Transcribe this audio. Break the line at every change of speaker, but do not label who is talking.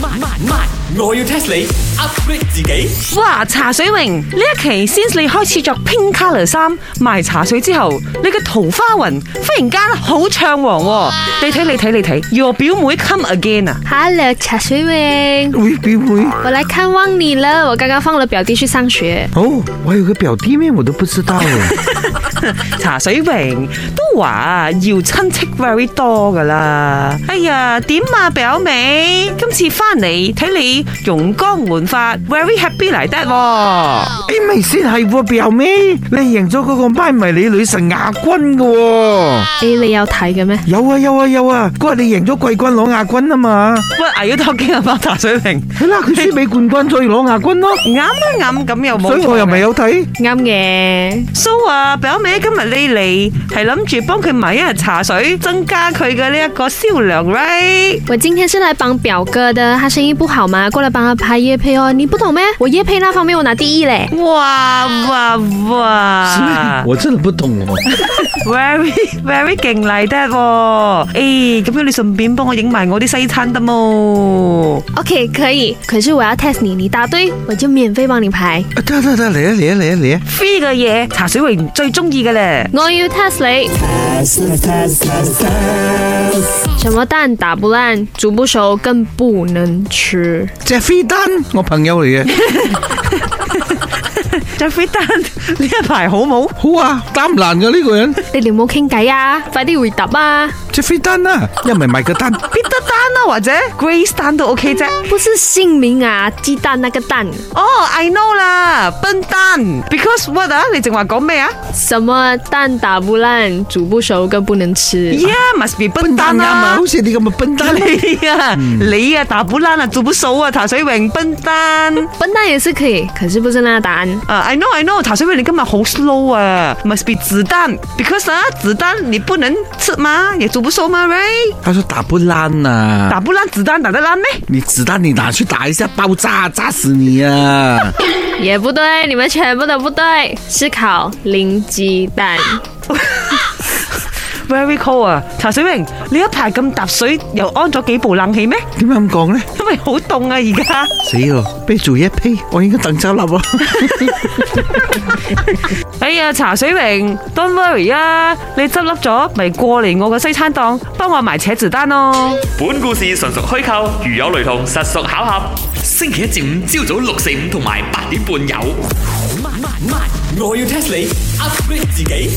慢慢慢，我要 test 你 upgrade 自己。
哇！茶水榮呢一期先你開始着 pink colour 衫賣茶水之後，你嘅桃花運忽然間好暢旺喎！你睇你睇你睇，Your 表妹 come again 啊！
Hello，茶水妹，
喂，表妹，
我来看望你了。我刚刚放了表弟去上学，
哦，我有个表弟妹，我都不知道哎。
茶水榮都話啊要親戚 very 多噶啦。哎呀，點啊表妹，今次翻嚟睇你容光煥發，very happy 嚟得喎。
诶，咪先系喎，表妹，你赢咗嗰个班迷你女神亚军噶、喎。
诶，你有睇嘅咩？
有啊有啊有啊，嗰日你赢咗季军攞亚军啊嘛，
What are you talking about 茶水榮？
係啦，佢 输俾冠军，所以攞亚军咯，
啱啊啱，咁又冇錯嘅。
所以我又咪有睇。
啱嘅，
So 啊，表妹今日你嚟係諗住幫佢買一日茶水，增加佢嘅呢一個銷量 right？
我今天是来帮表哥的，他生意不好嘛，过来帮他拍夜配哦。你不懂咩？我夜配那方面我拿第一嘞。
哇哇哇
我真的不懂哦。
！Very very 勁嚟得喎！誒，咁樣你順便幫我影埋我啲西餐得冇？
OK，可以。可是我要 test 你，你答对我就免费帮你拍。
得得得，嚟啊嚟啊嚟啊嚟啊！
free 嘅嘢，茶水榮最中意嘅咧。
我要 test 你。什么蛋打不烂，煮不熟更不能吃。
只飞丹，我朋友 嚟嘅，
Jeffrey Dan 呢一排好冇？
好啊，打唔爛噶呢個人，
你哋冇傾偈啊，快啲回答啊！
只飛丹啊，一唔係賣個丹，
Peter Dan 啊，或者 Grace Dan 都 OK 啫。
不是姓名啊，鸡蛋那个蛋，
哦、i know 啦，笨蛋，because what 啊？你淨話講咩啊？
什么蛋打不烂，煮不熟更不能吃。
Yeah, must be 笨
笨
蛋
蛋啱啊，
啊！
好似你咁嘅笨 蛋。
你啊，你啊，打不烂啊，做不熟啊，茶水榮笨蛋。
啊笨蛋也是可以，可是不是那个答案。
啊、i know I know，茶水榮你今日好 slow 啊，must be 子彈，because 啊，子彈你不能吃嘛，也煮不熟嘛，right？
他说打不爛啊，
打不爛子彈打得爛咩？
你子彈你拿去打一下爆炸，炸死你 啊！
也不对，你们全部都不对，是考零鸡蛋。
Very cold 啊！茶水榮，你一排咁搭水，又安咗幾部冷氣咩？
點解咁講咧？
因為好凍啊，而家。
死咯，俾做一批，我應該等走笠啊！
哎呀，茶水榮，don't worry 啊，你執笠咗，咪過嚟我個西餐檔幫我埋扯子彈咯。
本故事純屬虛構，如有雷同，實屬巧合。星期一至五朝早六四五同埋八點半有。
慢慢慢，我要 test 你 upgrade 自己。